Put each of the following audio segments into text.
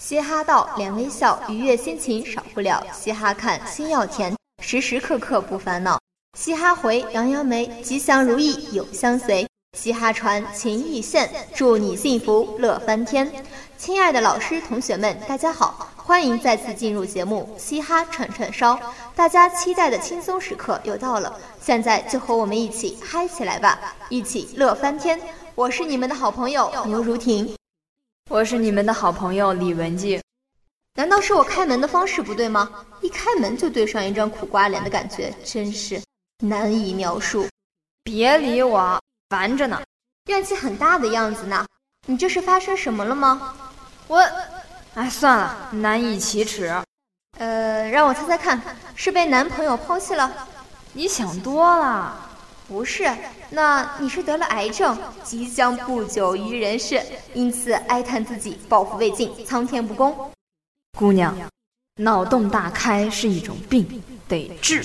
嘻哈到，脸微笑，愉悦心情少不了。嘻哈看，心要甜，时时刻刻不烦恼。嘻哈回，扬扬眉，吉祥如意永相随。嘻哈传，情意现，祝你幸福乐翻天。亲爱的老师、同学们，大家好，欢迎再次进入节目《嘻哈串串烧》，大家期待的轻松时刻又到了，现在就和我们一起嗨起来吧，一起乐翻天。我是你们的好朋友牛如婷。我是你们的好朋友李文静。难道是我开门的方式不对吗？一开门就对上一张苦瓜脸的感觉，真是难以描述。别理我，烦着呢。怨气很大的样子呢。你这是发生什么了吗？我，哎，算了，难以启齿。呃，让我猜猜看，是被男朋友抛弃了？你想多了。不是，那你是得了癌症，即将不久于人世，因此哀叹自己抱负未尽，苍天不公。姑娘，脑洞大开是一种病，得治。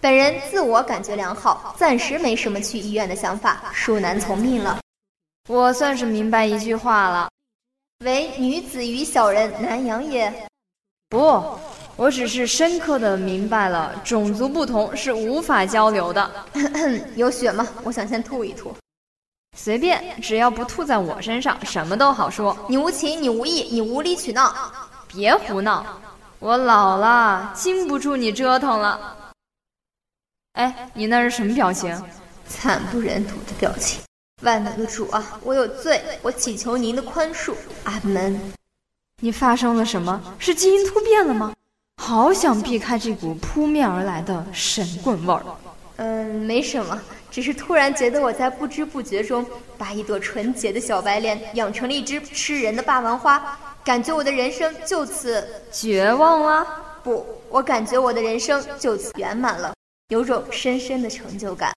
本人自我感觉良好，暂时没什么去医院的想法，恕难从命了。我算是明白一句话了，唯女子与小人难养也。不，我只是深刻的明白了，种族不同是无法交流的。有血吗？我想先吐一吐。随便，只要不吐在我身上，什么都好说。你无情，你无义，你无理取闹。别胡闹，我老了，经不住你折腾了。哎，你那是什么表情？惨不忍睹的表情。万能的主啊，我有罪，我祈求您的宽恕。阿门。你发生了什么？是基因突变了吗？好想避开这股扑面而来的神棍味儿。嗯，没什么，只是突然觉得我在不知不觉中把一朵纯洁的小白莲养成了一只吃人的霸王花，感觉我的人生就此绝望啦！不，我感觉我的人生就此圆满了，有种深深的成就感。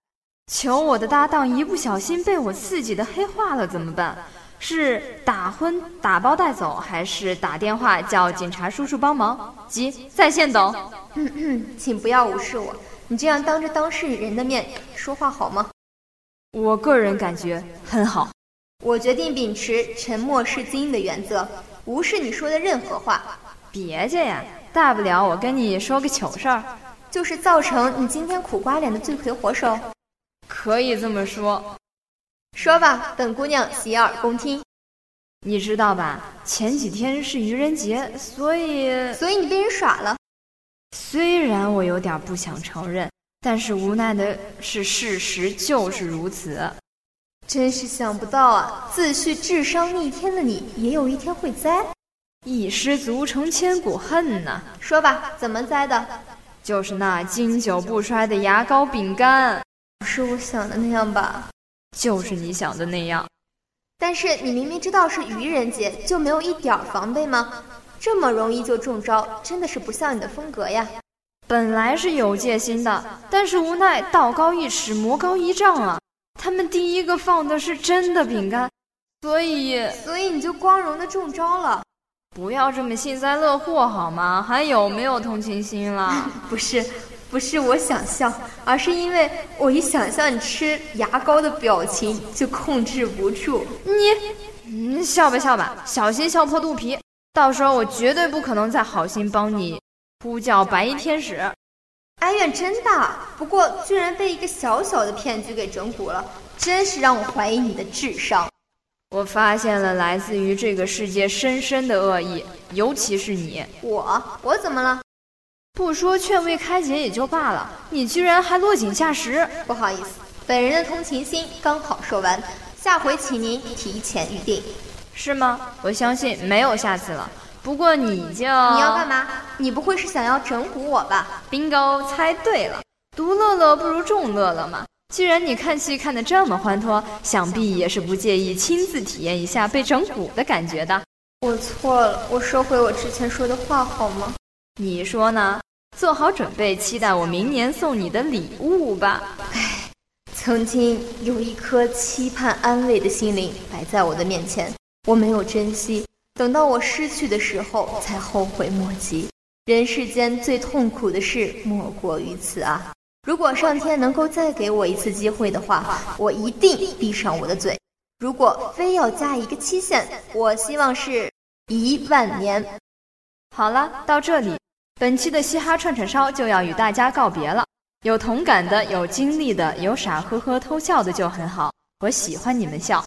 求我的搭档一不小心被我刺激的黑化了怎么办？是打昏、打包带走，还是打电话叫警察叔叔帮忙？急，在线等。嗯嗯，请不要无视我，你这样当着当事人的面说话好吗？我个人感觉很好。我决定秉持沉默是金的原则，无视你说的任何话，别介呀，大不了我跟你说个糗事儿，就是造成你今天苦瓜脸的罪魁祸首。可以这么说。说吧，本姑娘洗耳恭听。你知道吧？前几天是愚人节，所以所以你被人耍了，虽然我有点不想承认，但是无奈的是，事实就是如此。真是想不到啊！自诩智商逆天的你，也有一天会栽。一失足成千古恨呐、说吧，怎么栽的？就是那经久不衰的牙膏饼干，不是我想的那样吧？就是你想的那样。但是你明明知道是愚人节，就没有一点儿防备吗？这么容易就中招，真的是不像你的风格呀！本来是有戒心的，但是无奈道高一尺，魔高一丈啊。他们第一个放的是真的饼干，所以所以你就光荣的中招了。不要这么幸灾乐祸好吗？还有没有同情心了？不是，不是我想笑，而是因为我一想象你吃牙膏的表情就控制不住。你笑吧笑吧，小心笑破肚皮。到时候我绝对不可能再好心帮你呼叫白衣天使。哀怨哎真大，不过居然被一个小小的骗局给整蛊了，真是让我怀疑你的智商。我发现了来自于这个世界深深的恶意，尤其是你。我我怎么了？不说劝慰开解也就罢了，你居然还落井下石。不好意思，本人的同情心刚好说完，下回请您提前预定。是吗？我相信没有下次了。不过你你就要干嘛嘛？你不会是想要整蛊我吧？ ？bingo，猜对了。独乐乐不如众乐乐嘛。既然你看戏看得这么欢脱，想必也是不介意亲自体验一下被整蛊的感觉的。我错了，我收回我之前说的话好吗？你说呢？做好准备，期待我明年送你的礼物吧。曾经有一颗期盼安慰的心灵摆在我的面前，我没有珍惜，等到我失去的时候才后悔莫及。人世间最痛苦的事莫过于此啊！如果上天能够再给我一次机会的话，我一定闭上我的嘴。如果非要加一个期限，我希望是一万年。好了，到这里，本期的嘻哈串串烧就要与大家告别了。有同感的，有经历的，有傻呵呵偷笑的就很好，我喜欢你们笑。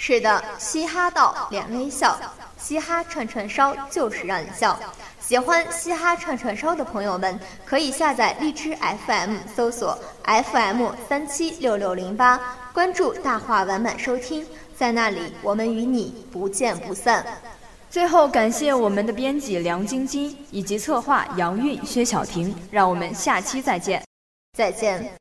是的，嘻哈到脸微笑，嘻哈串串烧就是让你笑。喜欢嘻哈串串烧的朋友们，可以下载荔枝 FM，搜索 FM 三七六六零八，关注大话晚满收听，在那里我们与你不见不散。最后感谢我们的编辑梁晶晶以及策划杨韵、薛晓婷，让我们下期再见。再见。